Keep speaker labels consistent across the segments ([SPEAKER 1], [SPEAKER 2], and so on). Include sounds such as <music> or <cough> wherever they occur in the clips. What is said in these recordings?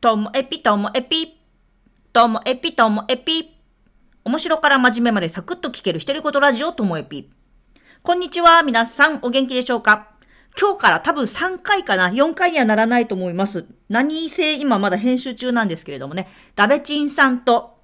[SPEAKER 1] ともえぴともえぴ。ともえぴともえぴ。面白から真面目までサクッと聞ける一人ごとラジオともえぴ。こんにちは。皆さん、お元気でしょうか今日から多分3回かな ?4 回にはならないと思います。何せ今まだ編集中なんですけれどもね。ダベチンさんと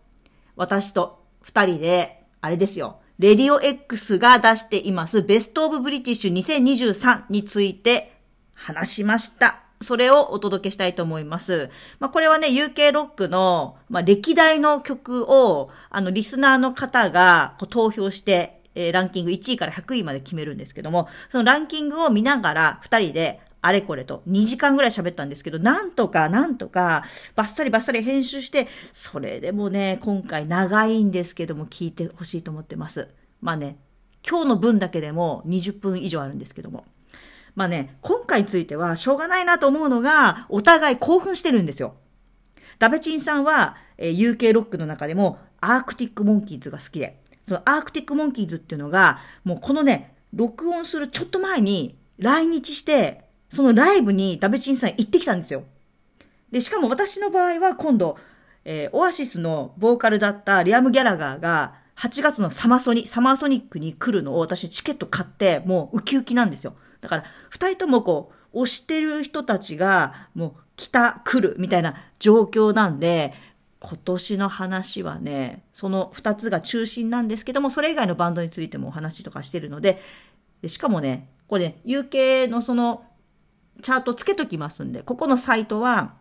[SPEAKER 1] 私と二人で、あれですよ、レディオ X が出しています、ベストオブブリティッシュ2023について話しました。それをお届けしたいと思います。まあ、これはね、UK ロックの、まあ、歴代の曲を、あの、リスナーの方がこう投票して、えーランキング1位から100位まで決めるんですけども、そのランキングを見ながら2人であれこれと2時間ぐらい喋ったんですけど、なんとかなんとか、バッサリバッサリ編集して、それでもね、今回長いんですけども、聞いてほしいと思ってます。まあね、今日の分だけでも20分以上あるんですけども。まあね、今回についてはしょうがないなと思うのが、お互い興奮してるんですよ。ダベチンさんは、えー UK ロックの中でもアークティックモンキーズが好きで、そのアークティックモンキーズっていうのが、もうこのね、録音するちょっと前に来日して、そのライブにダベチンさん行ってきたんですよ。で、しかも私の場合は今度、えーオアシスのボーカルだったリアム・ギャラガーが、8月のサマソニ、サマーソニックに来るのを私チケット買って、もうウキウキなんですよ。だから、二人ともこう、推してる人たちが、もう来た、来る、みたいな状況なんで、今年の話はね、その2つが中心なんですけども、それ以外のバンドについてもお話とかしてるので、でしかもね、これ、ね、UK のそのチャートつけときますんで、ここのサイトは、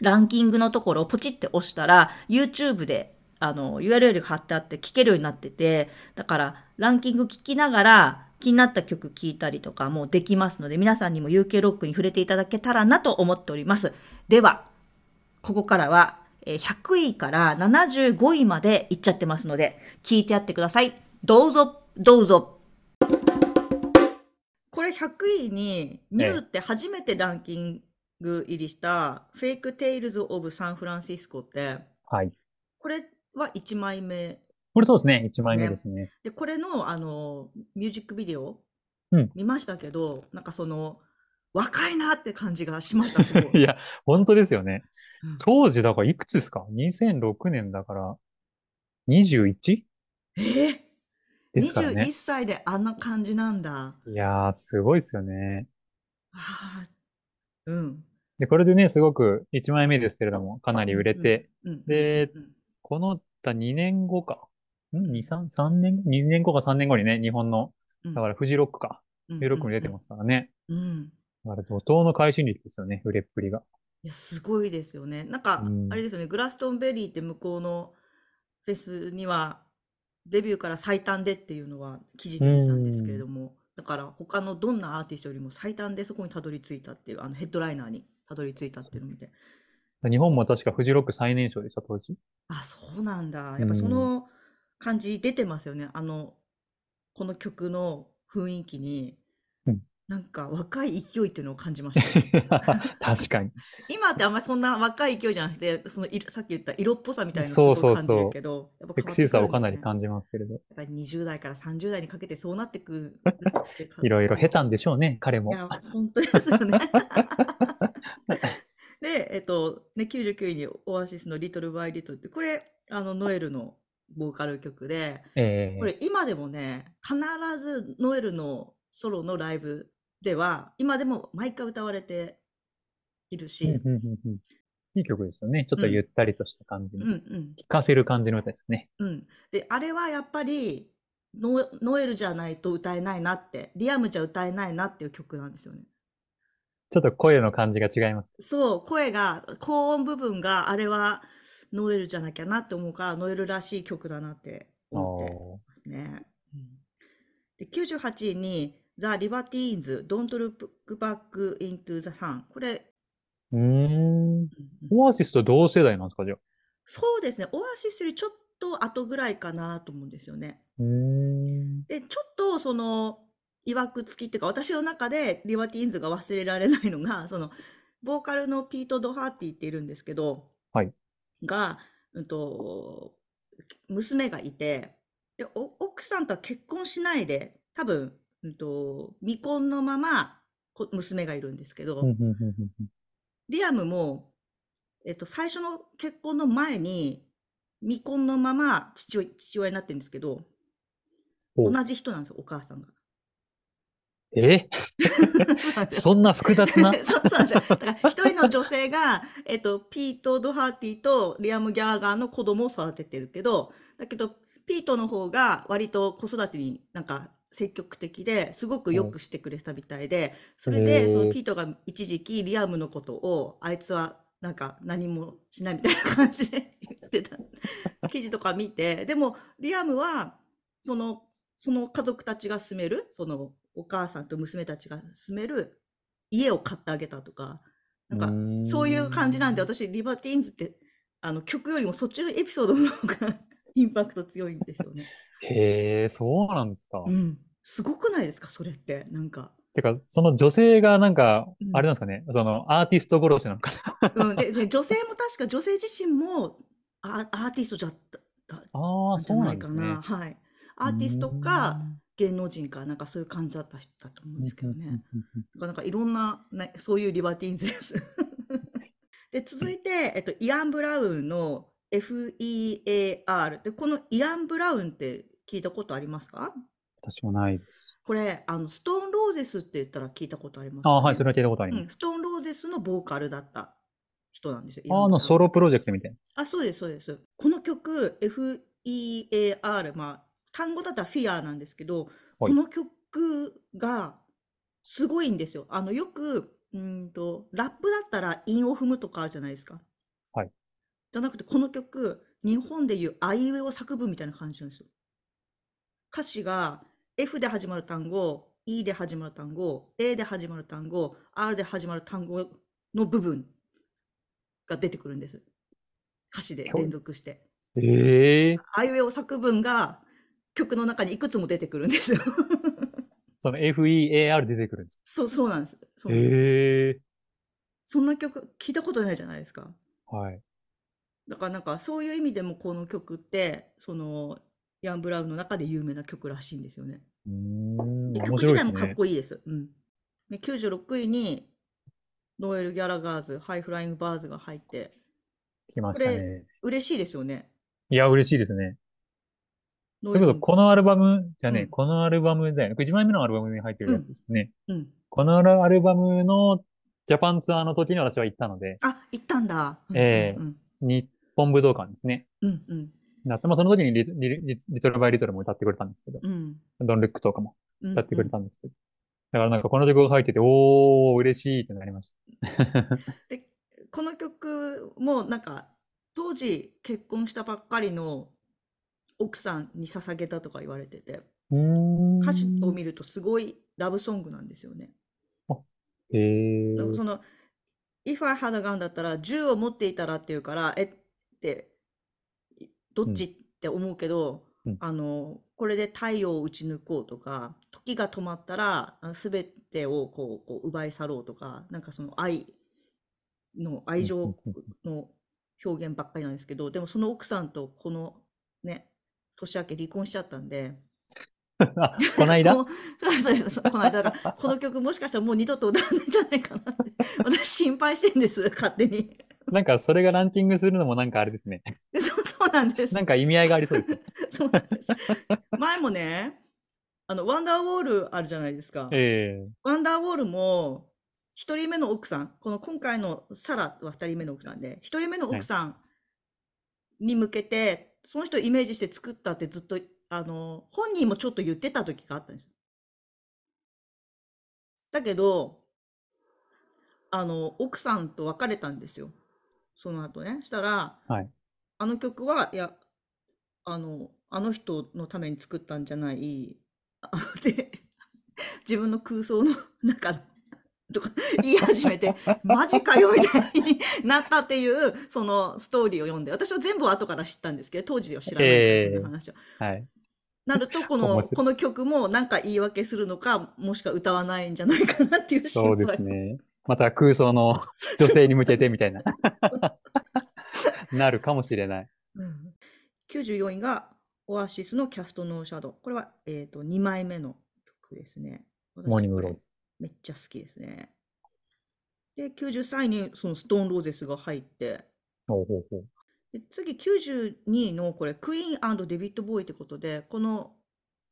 [SPEAKER 1] ランキングのところをポチって押したら、YouTube で、あの、URL が貼ってあって聞けるようになってて、だから、ランキング聞きながら、気になった曲聞いたりとかもできますので、皆さんにも UK ロックに触れていただけたらなと思っております。では、ここからは、えー100位から75位までいっちゃってますので、聞いてやってください。どうぞ、どうぞ。これ100位に、ニューって初めてランキング入りした、フェイク・テイルズ・オブ・サンフランシスコって、
[SPEAKER 2] はい。
[SPEAKER 1] これは1枚目。
[SPEAKER 2] これそうですね。1枚目ですね。
[SPEAKER 1] で、これの、あの、ミュージックビデオ、
[SPEAKER 2] うん
[SPEAKER 1] 見ましたけど、なんかその、若いなって感じがしました、すご
[SPEAKER 2] <laughs> い
[SPEAKER 1] い。
[SPEAKER 2] や、本当ですよね
[SPEAKER 1] うん。
[SPEAKER 2] 当時、だからいくつですか ?2006 年だから、21?
[SPEAKER 1] えー
[SPEAKER 2] ですから
[SPEAKER 1] 21
[SPEAKER 2] ね。
[SPEAKER 1] 歳であの感じなんだ。
[SPEAKER 2] いやー、すごいですよね。
[SPEAKER 1] あーうん。
[SPEAKER 2] で、これでね、すごく1枚目ですけれども、かなり売れて、
[SPEAKER 1] うん、うん、
[SPEAKER 2] で
[SPEAKER 1] うん、
[SPEAKER 2] この他2年後か。ん ?2、3、3年 ?2 年後か3年後にね、日本の、
[SPEAKER 1] うん。
[SPEAKER 2] だからフジロックか。フジロックも出てますすからね。
[SPEAKER 1] うん。
[SPEAKER 2] だから怒涛の回収率ですよね、売れっぷりが。
[SPEAKER 1] いや、すごいですよね。なんか、
[SPEAKER 2] うん
[SPEAKER 1] あれですよね、グラストンベリーって向こうのフェスには、デビューから最短でっていうのは記事で見たんですけれども、だから他のどんなアーティストよりも最短でそこにたどり着いたっていう、あのヘッドライナーにたどり着いたっていうのを見て、
[SPEAKER 2] 日本も確かフジロック最年少でした、当時。 <laughs>
[SPEAKER 1] あ、そうなんだ。やっぱ
[SPEAKER 2] うん
[SPEAKER 1] その感じ出てますよね。あの、この曲の雰囲気に
[SPEAKER 2] うん、
[SPEAKER 1] なんか若い勢いっていうのを感じましたよ。
[SPEAKER 2] 確かに。
[SPEAKER 1] 今ってあんまりそんな若い勢いじゃなくて、そのいさっき言った色っぽさみたいなの
[SPEAKER 2] そう
[SPEAKER 1] すごい
[SPEAKER 2] そう
[SPEAKER 1] 感じ
[SPEAKER 2] そ
[SPEAKER 1] る
[SPEAKER 2] う
[SPEAKER 1] けど、やっぱ
[SPEAKER 2] セクシーさをかなり
[SPEAKER 1] 変わっ
[SPEAKER 2] 感じますけれど。
[SPEAKER 1] てくるんですねやっぱり20代から30代にかけてそうなってく
[SPEAKER 2] いろいろ下手
[SPEAKER 1] ん
[SPEAKER 2] んでしょうね、彼
[SPEAKER 1] い
[SPEAKER 2] も。
[SPEAKER 1] や、本当ですよね。 <laughs> で、えっと、ね、99位にオアシスのリトルバイリトルって、これ、あの、ノエルのボーカル曲で、
[SPEAKER 2] ええ
[SPEAKER 1] これ今でもね、必ずノエルのソロのライブでは、今でも毎回歌われているし、
[SPEAKER 2] うんうんうんうんいい曲ですよね。ちょっとゆったりとした感じ
[SPEAKER 1] う
[SPEAKER 2] の。
[SPEAKER 1] んう
[SPEAKER 2] 聴
[SPEAKER 1] ん、
[SPEAKER 2] かせる感じの歌ですね。
[SPEAKER 1] うん、であれはやっぱりノノエルじゃないと歌えないなってリアムじゃ歌えないなっていう曲なんですよね。
[SPEAKER 2] ちょっと声の感じが違います。
[SPEAKER 1] そう声が高音部分があれはノエルじゃなきゃなって思うからノエルらしい曲だなって思ってますね。うんで98位に「ザ・リバティーンズ・ドント・ルック・バック・イントゥ・ザ・サン」これ、
[SPEAKER 2] あーうー
[SPEAKER 1] う
[SPEAKER 2] ん。
[SPEAKER 1] んうん
[SPEAKER 2] オアシスと同世代なんですか、じゃあ。
[SPEAKER 1] そうですねオアシスよりちょっと後ぐらいかなと思うんですよね。
[SPEAKER 2] うーん。
[SPEAKER 1] で、ちょっとその、いわくつきっていうか、私の中でリバティーンズが忘れられないのが、その、ボーカルのピート・ドハーティっているんですけど、
[SPEAKER 2] はい
[SPEAKER 1] が、うんと、娘がいて、で、お奥さんとは結婚しないで、多分、うんと、未婚のまま、こ娘がいるんですけど、
[SPEAKER 2] うんうんうんうんうん
[SPEAKER 1] リアムも、ええっと、最初の結婚の前に、未婚のまま父親父親になってるんですけど、
[SPEAKER 2] お
[SPEAKER 1] 同じ人なんですよ、お母さんが。
[SPEAKER 2] え
[SPEAKER 1] そうなんですよ
[SPEAKER 2] そんな複雑な
[SPEAKER 1] <laughs> そうそうなんですよ。だから、一人の女性が、えっと、ピート・ドハーティとリアム・ギャラガーの子供を育ててるけど、だけど、ピートの方が割と子育てになんか積極的ですごくよくしてくれたみたいで、それ
[SPEAKER 2] へ
[SPEAKER 1] で、
[SPEAKER 2] ー
[SPEAKER 1] そのピートが一時期リアムのことを、あいつはなんか何もしないみたいな感じで言ってた記事とか見て、でも、リアムは、その、その家族たちが住める、そのお母さんと娘たちが住める家を買ってあげたとか、なん
[SPEAKER 2] う
[SPEAKER 1] か
[SPEAKER 2] ーん
[SPEAKER 1] そういう感じなんで、私、リバティーンズって、あの曲よりもそっちのエピソードの方が <laughs> インパクト強いんですよね。
[SPEAKER 2] へえ、そうなんですか。
[SPEAKER 1] うん。すごくないですか、それって。なんか。
[SPEAKER 2] てか、その女性がなんか
[SPEAKER 1] う、ん
[SPEAKER 2] あれなんですかね、そのアーティスト殺しなのかな。
[SPEAKER 1] うん、で、で女性も確か女性自身もア、アーティストじゃっただ
[SPEAKER 2] ああ、
[SPEAKER 1] じ
[SPEAKER 2] そ
[SPEAKER 1] ゃ
[SPEAKER 2] う
[SPEAKER 1] な
[SPEAKER 2] ないんで
[SPEAKER 1] か
[SPEAKER 2] すね。
[SPEAKER 1] な。はい。アーティストか
[SPEAKER 2] う
[SPEAKER 1] 芸能人か、なんかそういう感じだった人だと思うん
[SPEAKER 2] ーん
[SPEAKER 1] ですけどね。
[SPEAKER 2] うんうんうんうん
[SPEAKER 1] なんかいろんな、ね、そういうリバティーンズです。 <laughs> で、続いて、えっと、イアン・ブラウンの FEAR。で、このイアン・ブラウンって聞いたことありますか
[SPEAKER 2] 私もないです。
[SPEAKER 1] これ、あの、ストーン・ローゼスって言ったら聞いたことあります
[SPEAKER 2] あ
[SPEAKER 1] か
[SPEAKER 2] あ、は
[SPEAKER 1] ね
[SPEAKER 2] い、それは聞いたことあり
[SPEAKER 1] う
[SPEAKER 2] ま
[SPEAKER 1] ん、ストーン・ローゼスのボーカルだった人なんですよ。イ
[SPEAKER 2] す。
[SPEAKER 1] アン
[SPEAKER 2] ああ、
[SPEAKER 1] ブラウ
[SPEAKER 2] の
[SPEAKER 1] ン
[SPEAKER 2] ソロプロジェクトみたい
[SPEAKER 1] あ、そうです、そうです。この曲、FEAR、まあ、単語だったらフィアーなんですけど、
[SPEAKER 2] は
[SPEAKER 1] こ
[SPEAKER 2] い
[SPEAKER 1] の曲がすごいんですよ。あの、よく、うーんと、ラップだったら韻を踏むとかあるじゃないですか。
[SPEAKER 2] はい。
[SPEAKER 1] じゃなくて、この曲、日本でいうあいうえお作文みたいな感じなんですよ。歌詞が F で始まる単語、E で始まる単語、A で始まる単語、R で始まる単語の部分が出てくるんです。歌詞で
[SPEAKER 2] 教
[SPEAKER 1] 連続して。
[SPEAKER 2] な。ええ
[SPEAKER 1] あいうえお作文が曲の中にいくつも出てくるんですよ。
[SPEAKER 2] その FEAR 出てくるんです
[SPEAKER 1] そう、そうなんです。そ
[SPEAKER 2] か。
[SPEAKER 1] うなんです。
[SPEAKER 2] ええ
[SPEAKER 1] そんな曲聞いたことないじゃないですか。
[SPEAKER 2] はい。
[SPEAKER 1] だからなんかそういう意味でもこの曲って、その、ヤン・ブラウンの中で有名な曲らしいんですよね。
[SPEAKER 2] うーん、
[SPEAKER 1] で、
[SPEAKER 2] 面
[SPEAKER 1] 曲自
[SPEAKER 2] 白い
[SPEAKER 1] 体
[SPEAKER 2] です
[SPEAKER 1] もかっ
[SPEAKER 2] ね。
[SPEAKER 1] こいいです。うん。で、96位に、ノエル・ギャラガーズ、ハイフライング・バーズが入って、
[SPEAKER 2] 来ました
[SPEAKER 1] こ
[SPEAKER 2] ね。
[SPEAKER 1] 嬉しいですよね。
[SPEAKER 2] いや、嬉しいですね。
[SPEAKER 1] ノ
[SPEAKER 2] とい
[SPEAKER 1] エル
[SPEAKER 2] うことは、
[SPEAKER 1] も。
[SPEAKER 2] このアルバム、じゃね、
[SPEAKER 1] うん
[SPEAKER 2] このアルバムだよね。1枚目のアルバムに入ってるやつですね。
[SPEAKER 1] うん。
[SPEAKER 2] このアルバムのジャパンツアーの時に私は行ったので、
[SPEAKER 1] あ、行ったんだ。うん
[SPEAKER 2] ええ
[SPEAKER 1] うん
[SPEAKER 2] 日本武道館ですね。
[SPEAKER 1] うん。うんうん。
[SPEAKER 2] なってまあ、その時にリリリリトルバイリトルも歌ってくれたんですけど、
[SPEAKER 1] うん。
[SPEAKER 2] ドン・ルックとかも
[SPEAKER 1] うん
[SPEAKER 2] 歌ってく
[SPEAKER 1] う
[SPEAKER 2] れ
[SPEAKER 1] ん
[SPEAKER 2] たんですけど。だからなんかこの曲が入ってて、おー、嬉しいってなりました。
[SPEAKER 1] で、この曲もなんか当時結婚したばっかりの奥さんに捧げたとか言われてて、
[SPEAKER 2] うーん。
[SPEAKER 1] 歌詞を見るとすごいラブソングなんですよね。
[SPEAKER 2] へえ
[SPEAKER 1] だからその「If I had a gun」だったら銃を持っていたらっていうからえっていどっちって思うけど、
[SPEAKER 2] うん
[SPEAKER 1] あのこれで太陽を撃ち抜こうとか時が止まったらあ全てをこうこう奪い去ろうとかなんかその愛の愛情
[SPEAKER 2] うんうん
[SPEAKER 1] の表現ばっかりなんですけどでもその奥さんとこのね年明け離婚しちゃったんで。
[SPEAKER 2] あ、この
[SPEAKER 1] <laughs>
[SPEAKER 2] 間
[SPEAKER 1] このそうそうそうこの間だから、この曲もしかしたらもう二度と歌わないんじゃないかなって、私心配してんです、勝手に。
[SPEAKER 2] なんかそれがランキングするのもなんかあれですね。
[SPEAKER 1] そうそうなんです。
[SPEAKER 2] なんか意味合いがありそうで
[SPEAKER 1] <laughs>
[SPEAKER 2] すね。
[SPEAKER 1] そうなんです。前もね、あの、ワンダーウォールあるじゃないですか。
[SPEAKER 2] え
[SPEAKER 1] ワンダーウォールも、一人目の奥さん、この今回のサラは二人目の奥さんで、一人目の
[SPEAKER 2] はい
[SPEAKER 1] 奥さんに向けて、その人をイメージして作ったってずっと、あの、本人もちょっと言ってた時があったんです。だけど、あの、奥さんと別れたんですよ。その後ね。したら、
[SPEAKER 2] はい
[SPEAKER 1] あの曲は、いや、あの、あの人のために作ったんじゃない、あで、 <laughs> 自分の空想の中とか言い始めて、マジかよみたいになったっていう、そのストーリーを読んで、私は全部後から知ったんですけど、当時は知らないから、
[SPEAKER 2] ええ
[SPEAKER 1] そんな話を。
[SPEAKER 2] えはい。
[SPEAKER 1] なると、こ
[SPEAKER 2] 面
[SPEAKER 1] の、
[SPEAKER 2] 白い
[SPEAKER 1] この曲もなんか言い訳するのか、もしくは歌わないんじゃないかなっていう
[SPEAKER 2] そ
[SPEAKER 1] 心
[SPEAKER 2] うで
[SPEAKER 1] 配。
[SPEAKER 2] すね。また空想の女性に向けてみた
[SPEAKER 1] <laughs>
[SPEAKER 2] いな。なるかもしれない。
[SPEAKER 1] うん94位がオアシスのキャストノーシャドウ。これは、えっと、2枚目の曲ですね。
[SPEAKER 2] モーニング
[SPEAKER 1] 私
[SPEAKER 2] ロー
[SPEAKER 1] これめっちゃ好きですね。で、93位にそのストーンローゼスが入って、
[SPEAKER 2] ほうほうほう。
[SPEAKER 1] で次92のこれクイーンデビッド・ボーイってことでこの、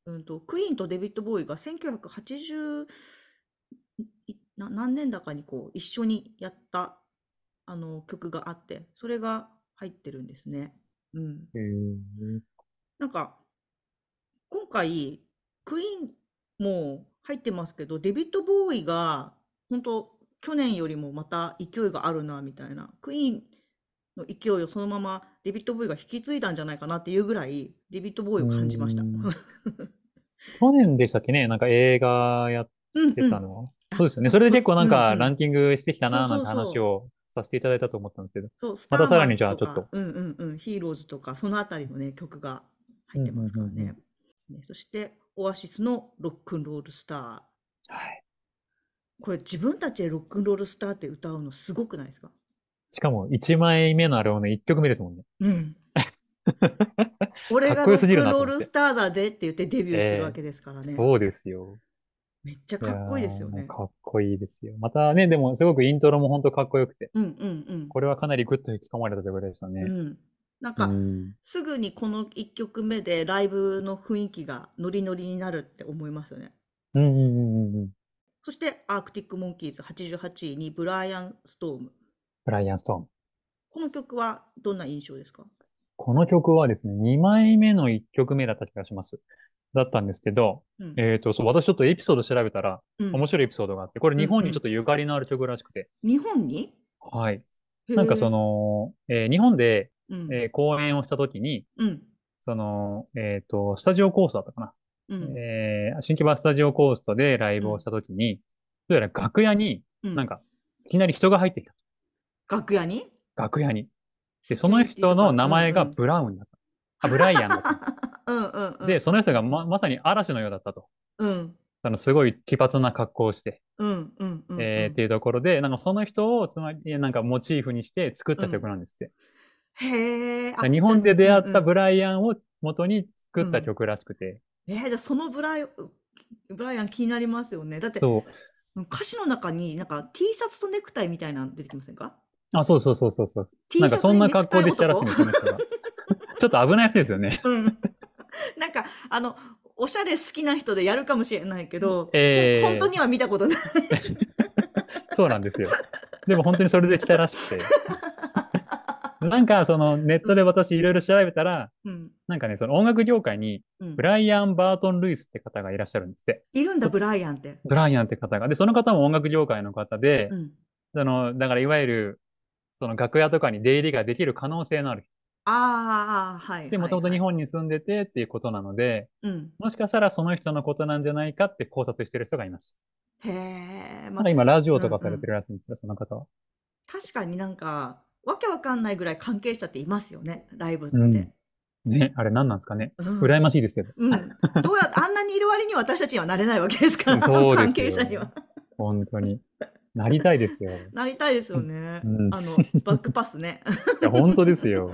[SPEAKER 1] うん、とクイーンとデビッド・ボーイが1980いな何年だかにこう一緒にやったあの曲があってそれが入ってるんですね。うん、
[SPEAKER 2] へえ。
[SPEAKER 1] なんか今回クイーンも入ってますけどデビッド・ボーイが本当去年よりもまた勢いがあるなみたいなクイーンの勢いをそのままデビッド・ボーイが引き継いだんじゃないかなっていうぐらいデビッド・ボーイを感じました。
[SPEAKER 2] う
[SPEAKER 1] うんん
[SPEAKER 2] 去年でしたっけねなんか映画やっ
[SPEAKER 1] <laughs> うん
[SPEAKER 2] てたのは。
[SPEAKER 1] あ
[SPEAKER 2] そうですよね。それで結構な
[SPEAKER 1] そ
[SPEAKER 2] ん
[SPEAKER 1] うそううん
[SPEAKER 2] か
[SPEAKER 1] うん
[SPEAKER 2] ランキングしてきたなー
[SPEAKER 1] そう
[SPEAKER 2] な
[SPEAKER 1] そ
[SPEAKER 2] ん
[SPEAKER 1] う
[SPEAKER 2] て
[SPEAKER 1] そう
[SPEAKER 2] 話をさせていただいたと思ったんですけど。
[SPEAKER 1] そうス
[SPEAKER 2] ま
[SPEAKER 1] ター
[SPEAKER 2] たさら
[SPEAKER 1] マン
[SPEAKER 2] にじゃあ
[SPEAKER 1] とか
[SPEAKER 2] ちょっと
[SPEAKER 1] うんうんうん、ヒーローズとかそのあたりのね曲が入ってますからね。
[SPEAKER 2] うんうんうんうん
[SPEAKER 1] ねそしてオアシスの「ロックンロールスター」
[SPEAKER 2] はい。
[SPEAKER 1] これ自分たちでロックンロールスターって歌うのすごくないですか
[SPEAKER 2] しかも1枚目のアルバムの1曲目ですもんね。 <laughs>
[SPEAKER 1] うん。俺
[SPEAKER 2] か
[SPEAKER 1] が
[SPEAKER 2] っこ
[SPEAKER 1] ロ
[SPEAKER 2] よす
[SPEAKER 1] ッ
[SPEAKER 2] ぎ
[SPEAKER 1] ク
[SPEAKER 2] る
[SPEAKER 1] ン
[SPEAKER 2] なと
[SPEAKER 1] ロー
[SPEAKER 2] 思って
[SPEAKER 1] ルスターだぜって言ってデビューするわけですからね。
[SPEAKER 2] そうですよ。
[SPEAKER 1] めっちゃかっこいいですよ
[SPEAKER 2] や
[SPEAKER 1] ね
[SPEAKER 2] ー。かっこいいですよ。またね、でもすごくイントロも本当かっこよくて、
[SPEAKER 1] うんうん
[SPEAKER 2] これはかなりグッと引き込まれたところでした
[SPEAKER 1] うん。
[SPEAKER 2] ね。
[SPEAKER 1] うん、なん
[SPEAKER 2] う
[SPEAKER 1] か、
[SPEAKER 2] ん。
[SPEAKER 1] すぐにこの1曲目でライブの雰囲気がノリノリになるって思いますよね。
[SPEAKER 2] うんうんうんうんうん。
[SPEAKER 1] そしてアークティック・モンキーズ88位にブライアン・ストーム。
[SPEAKER 2] ブライアン・ストーン。
[SPEAKER 1] この曲はどんな印象ですか
[SPEAKER 2] この曲はですね、2枚目の1曲目だった気がします。だったんですけど、
[SPEAKER 1] うん。
[SPEAKER 2] えっと、そう、私ちょっとエピソード調べたら、
[SPEAKER 1] うん
[SPEAKER 2] 面白いエピソードがあって、これ日本
[SPEAKER 1] うんうん
[SPEAKER 2] にちょっとゆかりのある曲らしくて、
[SPEAKER 1] 日本に
[SPEAKER 2] はい。なんかそ、の、えー日本で、
[SPEAKER 1] へーうん
[SPEAKER 2] えー公演をしたときに、
[SPEAKER 1] うん
[SPEAKER 2] その、えっと、スタジオコーストだったかな。
[SPEAKER 1] うん
[SPEAKER 2] えー、新木場スタジオコーストでライブをしたときに、どうやら楽屋に、
[SPEAKER 1] う
[SPEAKER 2] なんか、いきなり人が入ってきた。
[SPEAKER 1] 楽屋に
[SPEAKER 2] 楽屋に。で、その人の名前がブラウンだった。あ、ブライアンだった。
[SPEAKER 1] うん <laughs> うんうん。
[SPEAKER 2] で、その人がま、まさに嵐のようだったと。
[SPEAKER 1] うん
[SPEAKER 2] あの、すごい奇抜な格好をして、
[SPEAKER 1] うんうんうんうん。
[SPEAKER 2] えーっていうところで、なんかその人を、つまり、なんかモチーフにして作った曲なんですって。
[SPEAKER 1] へえ。
[SPEAKER 2] だから日本で出会ったブ
[SPEAKER 1] ラ
[SPEAKER 2] ライアンを元に作った曲らしくて。
[SPEAKER 1] イえー、じゃあそのブライ、ブライアン気になりますよね。だって
[SPEAKER 2] そう。
[SPEAKER 1] 歌詞の中になんか T シャツとネクタイみたいなの出てきませんか
[SPEAKER 2] あ、そうそうそうそうそう。
[SPEAKER 1] T
[SPEAKER 2] なんかそんな格好で
[SPEAKER 1] シャ
[SPEAKER 2] し
[SPEAKER 1] ツに
[SPEAKER 2] たら
[SPEAKER 1] ネ
[SPEAKER 2] しい
[SPEAKER 1] ク
[SPEAKER 2] んで
[SPEAKER 1] タイ
[SPEAKER 2] すよね、
[SPEAKER 1] <laughs>
[SPEAKER 2] それがちょっと危ないやつですよね。
[SPEAKER 1] 男うん。 <laughs> なんかあの、おしゃれ好きな人でやるかもしれないけど、
[SPEAKER 2] えー
[SPEAKER 1] ほん本当には見たことない。
[SPEAKER 2] そうなんですよ。でも本当にそれで来たらしくて。なんかそのネットで私いろいろ調べたら、
[SPEAKER 1] うん
[SPEAKER 2] なんかね、その音楽業界に
[SPEAKER 1] うん
[SPEAKER 2] ブライアン・バートン・ルイスって方がいらっしゃるんですって。
[SPEAKER 1] いるんだ、ブライアンって。
[SPEAKER 2] ブライアンって方が。で、その方も音楽業界の方で、
[SPEAKER 1] うん。
[SPEAKER 2] その、だからいわゆる、その楽屋とかに出入りができる可能性のある人。
[SPEAKER 1] ああ、はい。
[SPEAKER 2] で、もともと日本に住んでてっていうことなので、
[SPEAKER 1] はいはい。うん。
[SPEAKER 2] もしかしたらその人のことなんじゃないかって考察してる人がいまし
[SPEAKER 1] へえ、
[SPEAKER 2] た。
[SPEAKER 1] ま
[SPEAKER 2] ただ今ラジオとかされてるらしいんですよ、その方は。
[SPEAKER 1] 確かになんか、わけわかんないぐらい関係者っていますよね、ライブっ
[SPEAKER 2] うん
[SPEAKER 1] て。
[SPEAKER 2] ね、あれ何なんですかね。
[SPEAKER 1] うん
[SPEAKER 2] 羨ましいですよ。
[SPEAKER 1] うん、どうやあんなにいる割には私たちにはなれないわけですから、
[SPEAKER 2] <laughs> そうですよ
[SPEAKER 1] 関係者には。
[SPEAKER 2] 本当に。なりたいですよ。い
[SPEAKER 1] なりたいですよね。
[SPEAKER 2] うん
[SPEAKER 1] あの、バックパスね。 <laughs>
[SPEAKER 2] や、本当ですよ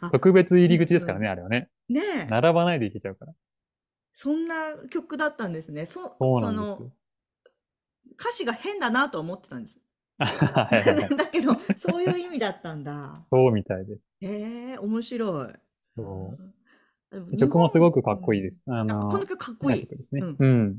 [SPEAKER 1] あ。
[SPEAKER 2] 特別入り口ですからね、あれはね。
[SPEAKER 1] ねえ、
[SPEAKER 2] 並ばないでいけちゃうから。
[SPEAKER 1] そんな曲だったんですね。そ
[SPEAKER 2] そうな
[SPEAKER 1] そ
[SPEAKER 2] んです
[SPEAKER 1] の
[SPEAKER 2] よ。
[SPEAKER 1] 歌詞が変だなとは思ってたんです。
[SPEAKER 2] はいはいはい
[SPEAKER 1] <laughs> だけど、そういう意味だったんだ。
[SPEAKER 2] <laughs> そうみたいです。
[SPEAKER 1] へえ、面白い。
[SPEAKER 2] そ
[SPEAKER 1] でも
[SPEAKER 2] う
[SPEAKER 1] 日
[SPEAKER 2] 曲もすごくか
[SPEAKER 1] 本
[SPEAKER 2] っこいいです。あ
[SPEAKER 1] あ
[SPEAKER 2] の
[SPEAKER 1] この曲かっこいい。
[SPEAKER 2] 曲ですね。
[SPEAKER 1] うん
[SPEAKER 2] うん。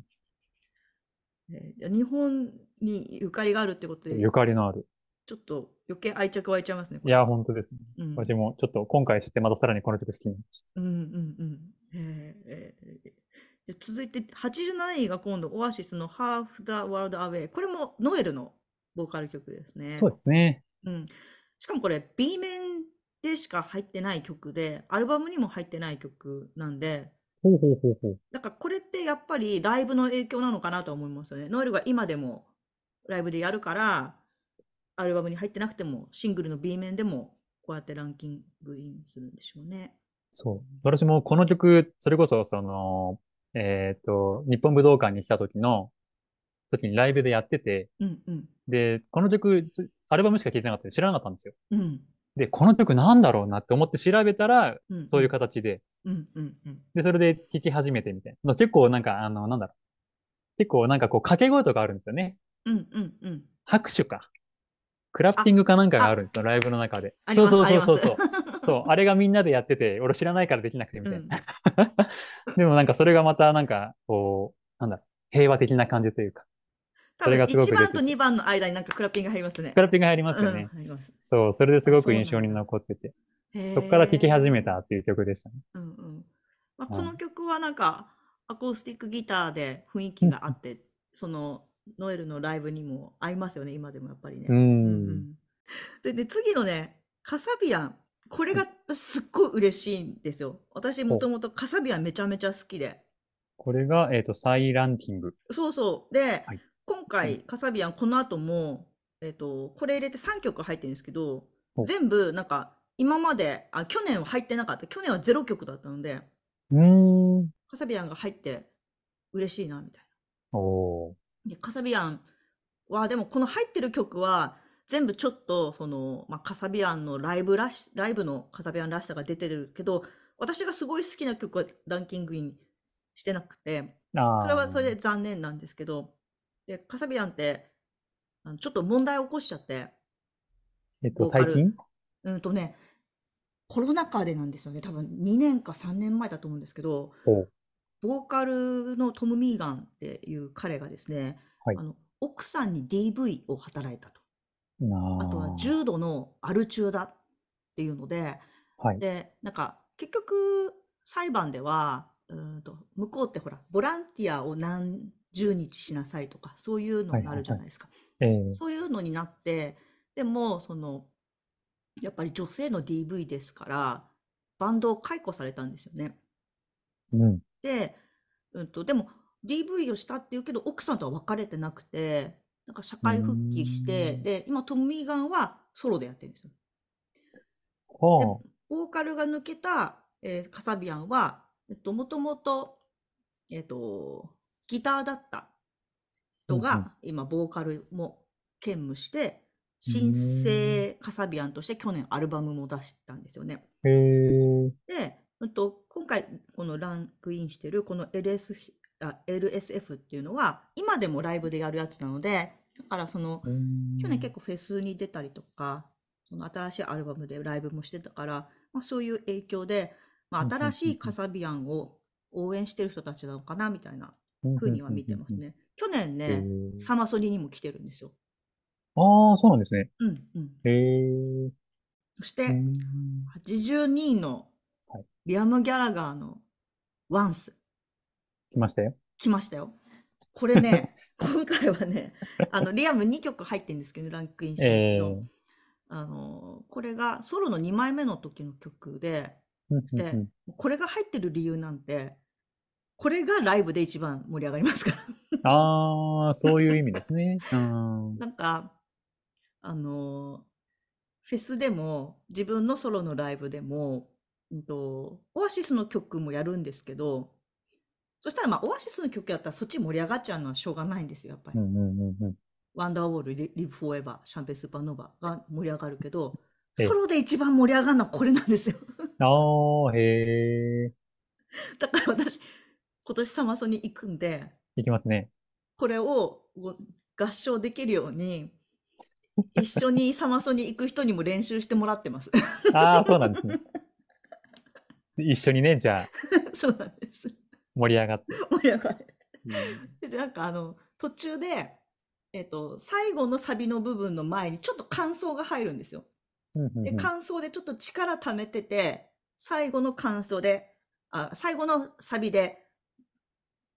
[SPEAKER 1] えー日本にゆかりがあるってことで、
[SPEAKER 2] ゆかりのある。
[SPEAKER 1] ちょっと余計愛着湧いちゃいますね。こ
[SPEAKER 2] い
[SPEAKER 1] れ
[SPEAKER 2] や、本当ですね。
[SPEAKER 1] うん、
[SPEAKER 2] 私もちょっと今回知ってまたさらにこの曲好きになりまし
[SPEAKER 1] うんうんうん。えーえーえー続いて87位が今度オアシスの「Half the World Away」これもノエルのボーカル曲ですね
[SPEAKER 2] た。。そうですね。
[SPEAKER 1] うん、しかもこれ B 面でしか入ってない曲でアルバムにも入ってない曲なんで
[SPEAKER 2] ほうほうほうほう。
[SPEAKER 1] なんかこれってやっぱりライブの影響なのかなと思いますよね。ノエルが今でもライブでやるから、アルバムに入ってなくても、シングルの B 面でもこうやってランキングインするんでしょうね。
[SPEAKER 2] そう。私もこの曲、それこそ、その、えっと、日本武道館に来た時の、時にライブでやってて、
[SPEAKER 1] うんうん。
[SPEAKER 2] で、この曲、つアルバムしか聴いてなかったんで知らなかったんですよ。
[SPEAKER 1] うん。
[SPEAKER 2] で、この曲なんだろうなって思って調べたら、
[SPEAKER 1] うん、
[SPEAKER 2] そういう形で、
[SPEAKER 1] うんうんうん。
[SPEAKER 2] で、それで聴き始めてみたいな。結構なんか、あの、なんだろう。結構なんかこう、掛け声とかあるんですよね。
[SPEAKER 1] うんうんうん。
[SPEAKER 2] 拍手か。クラッピングかなんかがあるんですよ、ライブの中で
[SPEAKER 1] あ。り
[SPEAKER 2] そ
[SPEAKER 1] ま
[SPEAKER 2] う
[SPEAKER 1] す
[SPEAKER 2] そうそ
[SPEAKER 1] あり
[SPEAKER 2] うそうそう。そう、あれがみんなでやってて、俺知らないからできなくてみ
[SPEAKER 1] う
[SPEAKER 2] たい
[SPEAKER 1] ん
[SPEAKER 2] な。 <laughs> でもなんかそれがまたなんか、こう、なんだろう、平和的な感じというか、
[SPEAKER 1] 多
[SPEAKER 2] それ
[SPEAKER 1] 分
[SPEAKER 2] がすごく
[SPEAKER 1] 1
[SPEAKER 2] 出て
[SPEAKER 1] 番と2番の間になんかクラッピング入りますね。
[SPEAKER 2] クラッピング入りますよ
[SPEAKER 1] う
[SPEAKER 2] ね
[SPEAKER 1] ん。入ります
[SPEAKER 2] そう、それですご
[SPEAKER 1] あそう
[SPEAKER 2] く
[SPEAKER 1] なん
[SPEAKER 2] 印
[SPEAKER 1] だ
[SPEAKER 2] 象に残ってて、
[SPEAKER 1] へー
[SPEAKER 2] そこから聴き始めたっていう曲でしたね。
[SPEAKER 1] うんうんまあ、
[SPEAKER 2] うん
[SPEAKER 1] この曲はなんかアコースティックギターで雰囲気があって、そのノエルのライブにも合いますよね今でもやっぱりね。
[SPEAKER 2] う。
[SPEAKER 1] うんでで次のねカサビアンこれがすっごい嬉しいんですよ。私もともとカサビアンめちゃめちゃ好きで。
[SPEAKER 2] これが、えっと、サイランキング。
[SPEAKER 1] そうそう。で、
[SPEAKER 2] はい
[SPEAKER 1] 今回、カサビアン、この後も、えっと、これ入れて3曲入ってるんですけど、
[SPEAKER 2] お
[SPEAKER 1] 全部、なんか、今まで、あ、去年は入ってなかった。去年は0曲だったので、
[SPEAKER 2] うーん。
[SPEAKER 1] カサビアンが入って嬉しいな、みたい
[SPEAKER 2] おー。
[SPEAKER 1] な。で、カサビアンは、でもこの入ってる曲は、全部ちょっと、その、まあ、カサビアンのライブらし、ライブのカサビアンらしさが出てるけど、私がすごい好きな曲はランキングインしてなくて、
[SPEAKER 2] あー
[SPEAKER 1] それはそれで残念なんですけど、で、カサビアンって、あのちょっと問題を起こしちゃって、
[SPEAKER 2] えっと、
[SPEAKER 1] ボーカ
[SPEAKER 2] 最
[SPEAKER 1] ル
[SPEAKER 2] 近
[SPEAKER 1] うんとね、コロナ禍でなんですよね、多分2年か3年前だと思うんですけど
[SPEAKER 2] おう、
[SPEAKER 1] ボーカルのトム・ミーガンっていう彼がですね、
[SPEAKER 2] はい
[SPEAKER 1] あの奥さんに DV を働いたと。
[SPEAKER 2] あ
[SPEAKER 1] あとは
[SPEAKER 2] 十
[SPEAKER 1] 重度のアル中だっていうので、
[SPEAKER 2] はい。
[SPEAKER 1] で、なんか結局裁判では、うーんと、向こうってほら、ボランティアを何十日しなさいとか、そういうの
[SPEAKER 2] はい
[SPEAKER 1] が
[SPEAKER 2] は
[SPEAKER 1] あ
[SPEAKER 2] い
[SPEAKER 1] るじゃ
[SPEAKER 2] はい
[SPEAKER 1] ないですか。
[SPEAKER 2] えー
[SPEAKER 1] そういうのになって、でも、その、やっぱり女性の DV ですから、バンドを解雇されたんですよね。
[SPEAKER 2] うん。
[SPEAKER 1] で、うんと、でも DV をしたっていうけど、奥さんとは別れてなくて、なんか社会復帰し
[SPEAKER 2] う
[SPEAKER 1] て、
[SPEAKER 2] ーん
[SPEAKER 1] で、今トム・ミーガンはソロでやってるんですよ。で
[SPEAKER 2] は
[SPEAKER 1] ボーカルが抜けた、えーカサビアンは、えっと、もともと、えっと、ギターだった人が、
[SPEAKER 2] うんうん
[SPEAKER 1] 今、ボーカルも兼務して、新生カサビアンとして去年アルバムも出したんですよね。
[SPEAKER 2] あ。へえ。
[SPEAKER 1] で、うんと、今回、このランクインしてる、この LS あ LSF っていうのは、今でもライブでやるやつなので、だからその、去年結構フェスに出たりとか、その新しいアルバムでライブもしてたから、まあ、そういう影響で、ま
[SPEAKER 2] う
[SPEAKER 1] あ、
[SPEAKER 2] んうんうん
[SPEAKER 1] 新しいカサビアンを応援してる人たちなのかなみたいな
[SPEAKER 2] 構
[SPEAKER 1] 風には見てます。ね。去年
[SPEAKER 2] うんうん
[SPEAKER 1] ね、
[SPEAKER 2] うんうんへー
[SPEAKER 1] サマソニにも来てるんですよ。
[SPEAKER 2] ああ、そうなんですね。
[SPEAKER 1] うんうん。
[SPEAKER 2] へえ。
[SPEAKER 1] そして
[SPEAKER 2] う、ん
[SPEAKER 1] 82位の
[SPEAKER 2] はい
[SPEAKER 1] リアム・ギャラガーのワンス、
[SPEAKER 2] 来ましたよ。
[SPEAKER 1] 来ましたよ。これ
[SPEAKER 2] <laughs>
[SPEAKER 1] ね、今回はね、あの、リアム2曲入ってるんですけどね、ランクインしてるんですけ
[SPEAKER 2] ええ。
[SPEAKER 1] ど、あのこれがソロの2枚目の時の曲で
[SPEAKER 2] うんうん
[SPEAKER 1] で
[SPEAKER 2] うん
[SPEAKER 1] これが入ってる理由なんてこれがライブで一番盛り上がりますから <laughs>
[SPEAKER 2] ああ、そういう意味です <laughs> ね。うん。
[SPEAKER 1] なんかあのフェスでも自分のソロのライブでも、うんと、オアシスの曲もやるんですけどそしたらまあオアシスの曲やったらそっち盛り上がっちゃうのはしょうがないんですよやっぱり。
[SPEAKER 2] うんうんうんうん。
[SPEAKER 1] ワンダーウォール、リリブ・フォーエバー、シャンペン・スーパーノーバーが盛り上がるけど、
[SPEAKER 2] ええ
[SPEAKER 1] ソロで一番盛り上がるのはこれなんですよ。
[SPEAKER 2] ああ、へえ。
[SPEAKER 1] だから私、今年サマソニ行くんで、
[SPEAKER 2] いきますね。
[SPEAKER 1] これをご合唱できるように、一緒にサマソニ行く人にも練習してもらってます。 <laughs>
[SPEAKER 2] ああ、そうなんですね。一緒にね、じゃあ、
[SPEAKER 1] そうなんです。
[SPEAKER 2] 盛り上がって。
[SPEAKER 1] 盛り上がる。で、なんかあの、途中で、えっと、最後のサビの部分の前にちょっと感想が入るんですよ。
[SPEAKER 2] うんうん
[SPEAKER 1] で、
[SPEAKER 2] うん
[SPEAKER 1] 感想でちょっと力溜めてて、最後の感想で、あ、最後のサビで、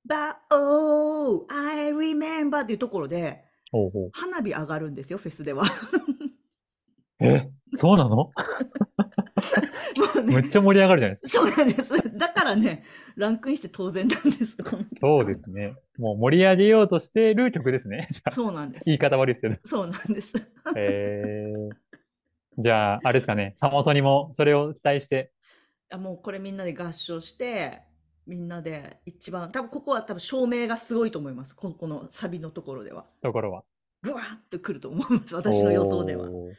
[SPEAKER 1] But oh, I remember っていうところで、
[SPEAKER 2] ほうほう
[SPEAKER 1] 花火上がるんですよ、フェス <laughs> では。
[SPEAKER 2] え、そうなの
[SPEAKER 1] もう
[SPEAKER 2] め
[SPEAKER 1] ね
[SPEAKER 2] っちゃ盛り上がるじゃないですか。
[SPEAKER 1] そうなんです。だからね、ランクインして当然なんです。この
[SPEAKER 2] そうですね。もう盛り上げようとしてる曲ですね。じ <laughs> ゃあ、
[SPEAKER 1] そうなんです。
[SPEAKER 2] 言い方悪いです <laughs> けど。
[SPEAKER 1] そうなんです。
[SPEAKER 2] えー、じゃあ、あれですかね。サマソニもそれを期待して。
[SPEAKER 1] あもうこれみんなで合唱して、みんなで一番、多分ここは多分照明がすごいと思います。ここのサビのところでは。
[SPEAKER 2] ところは。
[SPEAKER 1] ぐわーっとくると思います。私の予想では。
[SPEAKER 2] おー。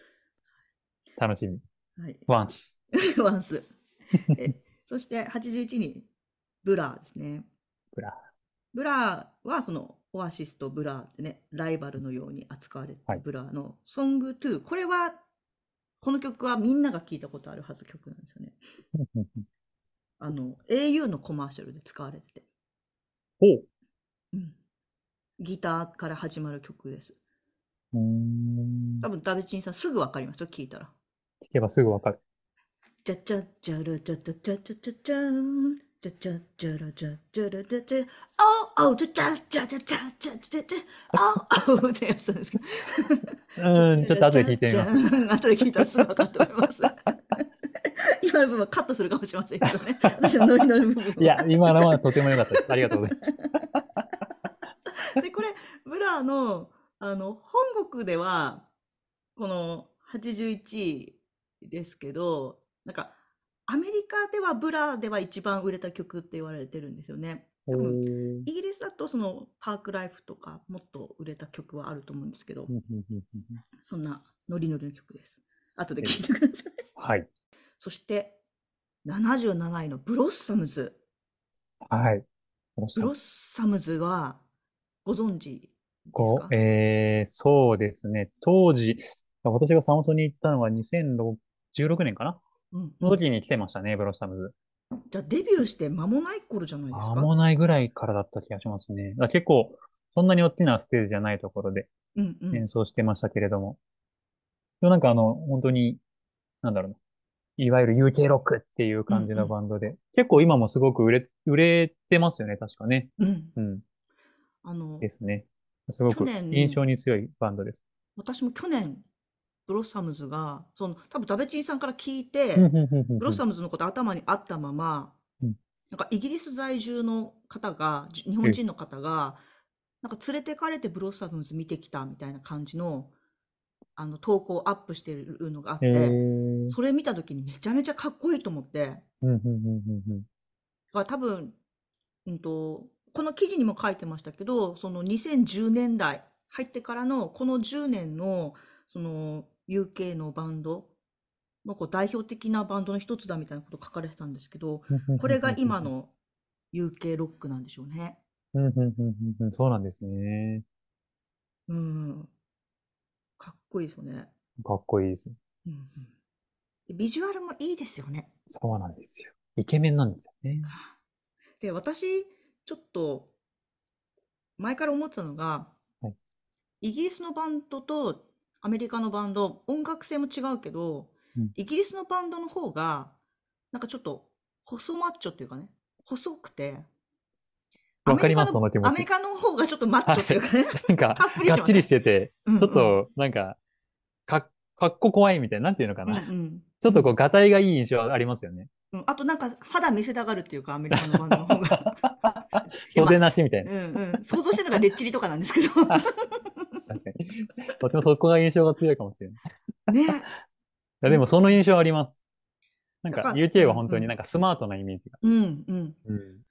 [SPEAKER 2] 楽しみ。
[SPEAKER 1] はい。
[SPEAKER 2] ワンス。
[SPEAKER 1] ワンス。え <laughs> そして81にブラーですね。
[SPEAKER 2] ブラ
[SPEAKER 1] ブラーはそのオアシスとブラーってね、ライバルのように扱われ
[SPEAKER 2] は
[SPEAKER 1] た
[SPEAKER 2] い
[SPEAKER 1] ブラーのソング2。これは、この曲はみんなが聴いたことあるはず曲なんですよね。 <laughs> あの、au のコマーシャルで使われてて。
[SPEAKER 2] ほう。
[SPEAKER 1] うん。ギターから始まる曲です。
[SPEAKER 2] うーん。
[SPEAKER 1] 多分ダベチンさんすぐわかりますよ、聞いたら。
[SPEAKER 2] 聞けばすぐわかる。
[SPEAKER 1] じゃじゃじゃらじゃじゃじゃじゃじゃじゃん。じゃじゃじゃらじゃじゃらじゃじゃ。おうおうじゃじゃじゃじゃじゃじゃじゃじゃ。おうおうってやつなんですけど。
[SPEAKER 2] うん、ちょっと後で聞いてみます。
[SPEAKER 1] す。後で聞いたらすぐ分かると思います。今の部分はカットするかもしれませんけどね。私のノリノリ部分は。
[SPEAKER 2] いや、今のはとても良かったです。ありがとうござい <laughs> ます。
[SPEAKER 1] で、これ、ブラーの、あの、本国では、この81ですけど、なんか、アメリカではブラーでは一番売れた曲って言われてるんですよね。多分、イギリスだとその、パークライフとか、もっと売れた曲はあると思うんですけど
[SPEAKER 2] う、んうんうんうん
[SPEAKER 1] そんなノリノリの曲です。後で聞いてください。 <laughs>
[SPEAKER 2] はい。
[SPEAKER 1] そして、77位のブロッサムズ。
[SPEAKER 2] はい。
[SPEAKER 1] ブロッサムズは、ご存知です
[SPEAKER 2] こ
[SPEAKER 1] か
[SPEAKER 2] う、えー、そうですね。当時、私がサムソンに行ったのは2016年かな
[SPEAKER 1] うん
[SPEAKER 2] の時に来てましたね、ブロッサムズ。
[SPEAKER 1] じゃあデビューして間もない頃じゃないです
[SPEAKER 2] あ、
[SPEAKER 1] か。
[SPEAKER 2] もうないぐらいからだった気がしますね。だから結構、そんなに大きなステージじゃないところで
[SPEAKER 1] うんうん。
[SPEAKER 2] 演奏してましたけれども。でもなんかあの、本当に、なんだろうな。いわゆる UK ロックっていう感じ
[SPEAKER 1] うんう
[SPEAKER 2] の
[SPEAKER 1] ん
[SPEAKER 2] バンドで。結構今もすごく売れ、売れてますよね、確かね。
[SPEAKER 1] うん。
[SPEAKER 2] うん。
[SPEAKER 1] あの、
[SPEAKER 2] ですね。すご
[SPEAKER 1] 去
[SPEAKER 2] く
[SPEAKER 1] 年
[SPEAKER 2] 印象に強いバンドです。
[SPEAKER 1] 私も去年、ブロッサムズが、その、多分ダベチンさんから聞いて、
[SPEAKER 2] うんうんうんうん
[SPEAKER 1] ブロッサムズのこと頭にあったまま、
[SPEAKER 2] うん
[SPEAKER 1] なんかイギリス在住の方が、じ日本人の方が、なんか連れてかれてブロッサムズ見てきたみたいな感じの、あの、投稿をアップしてるのがあっ
[SPEAKER 2] え
[SPEAKER 1] て、
[SPEAKER 2] ー
[SPEAKER 1] それ見た時にめちゃめちゃかっこいいと思って、
[SPEAKER 2] うんうんうんうんうん
[SPEAKER 1] が多分、うんと、この記事にも書いてましたけど、その2010年代入ってからのこの10年のその UK のバンドのこう代表的なバンドの一つだみたいなこと書かれてたんですけど、これが今。の UK ロックなんでしょうね。
[SPEAKER 2] うんうんうんうんうんそうなんですね。
[SPEAKER 1] うん。かっこいいですよね。
[SPEAKER 2] かっこいいです。
[SPEAKER 1] うんうんでビジュアルもいいですよね。
[SPEAKER 2] そうなんですよ。イケメンなんですよね。
[SPEAKER 1] で、私、ちょっと、前から思ってたのが
[SPEAKER 2] は、
[SPEAKER 1] イギリスのバンドとアメリカのバンド、音楽性も違うけど
[SPEAKER 2] うん、
[SPEAKER 1] イギリスのバンドの方が、なんかちょっと、細マッチョっていうかね、細くて、ア
[SPEAKER 2] わ
[SPEAKER 1] メ
[SPEAKER 2] か
[SPEAKER 1] リ
[SPEAKER 2] り
[SPEAKER 1] カ
[SPEAKER 2] ます、そ
[SPEAKER 1] の、
[SPEAKER 2] の気
[SPEAKER 1] ア
[SPEAKER 2] 持
[SPEAKER 1] メリ
[SPEAKER 2] ち。
[SPEAKER 1] カの方がちょっとマッチョっていうかね、
[SPEAKER 2] なんか
[SPEAKER 1] たっぷ、りしま
[SPEAKER 2] が
[SPEAKER 1] す
[SPEAKER 2] っちりしてて、
[SPEAKER 1] うんうん
[SPEAKER 2] ちょっと、なんか、か、かっこ怖いみたいな、なんていうのか
[SPEAKER 1] うんう
[SPEAKER 2] な。
[SPEAKER 1] ん
[SPEAKER 2] ちょっとこう、がたいがいい印象あります
[SPEAKER 1] <laughs>
[SPEAKER 2] よね。
[SPEAKER 1] うんあとなんか肌見せたがるっていうか、アメリカのバンドの方が。
[SPEAKER 2] <laughs> 袖なしみたいな
[SPEAKER 1] う。んうん。想像してたからレッチリとかなんですけど。
[SPEAKER 2] <laughs> 確かに。とてもそこが印象が強いかもしれない。い
[SPEAKER 1] ね。
[SPEAKER 2] や、でもその印象あります。なん
[SPEAKER 1] だ
[SPEAKER 2] か、
[SPEAKER 1] から
[SPEAKER 2] UK は本当
[SPEAKER 1] うんう
[SPEAKER 2] に
[SPEAKER 1] ん
[SPEAKER 2] なんかスマートなイメージが
[SPEAKER 1] うんうん。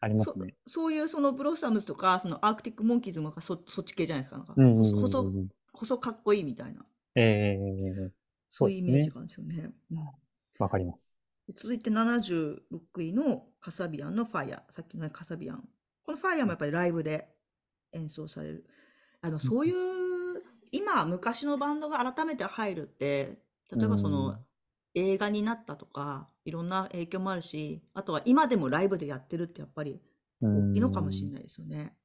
[SPEAKER 2] ありま
[SPEAKER 1] そ
[SPEAKER 2] すね。
[SPEAKER 1] そういうそのブロッサムズとかそのアークティック・モンキーズもなんかそそっち系じゃないですかなんか、
[SPEAKER 2] うんうんうん
[SPEAKER 1] 細
[SPEAKER 2] うん
[SPEAKER 1] 細細かっこいいみたいな
[SPEAKER 2] ええ
[SPEAKER 1] そういうイメージ
[SPEAKER 2] そう
[SPEAKER 1] があるんですよね。うん
[SPEAKER 2] わかります。
[SPEAKER 1] で続いて76位のカサビアンの「ファイアさっきのねカサビアンこの「ファイアもやっぱりライブで演奏されるあのそういう今昔のバンドが改めて入るって例えばそ
[SPEAKER 2] うん
[SPEAKER 1] の映画になったとかいろんな影響もあるしあとは今でもライブでやってるってやっぱり
[SPEAKER 2] う
[SPEAKER 1] 大
[SPEAKER 2] ん
[SPEAKER 1] きいのかもしれないですよね。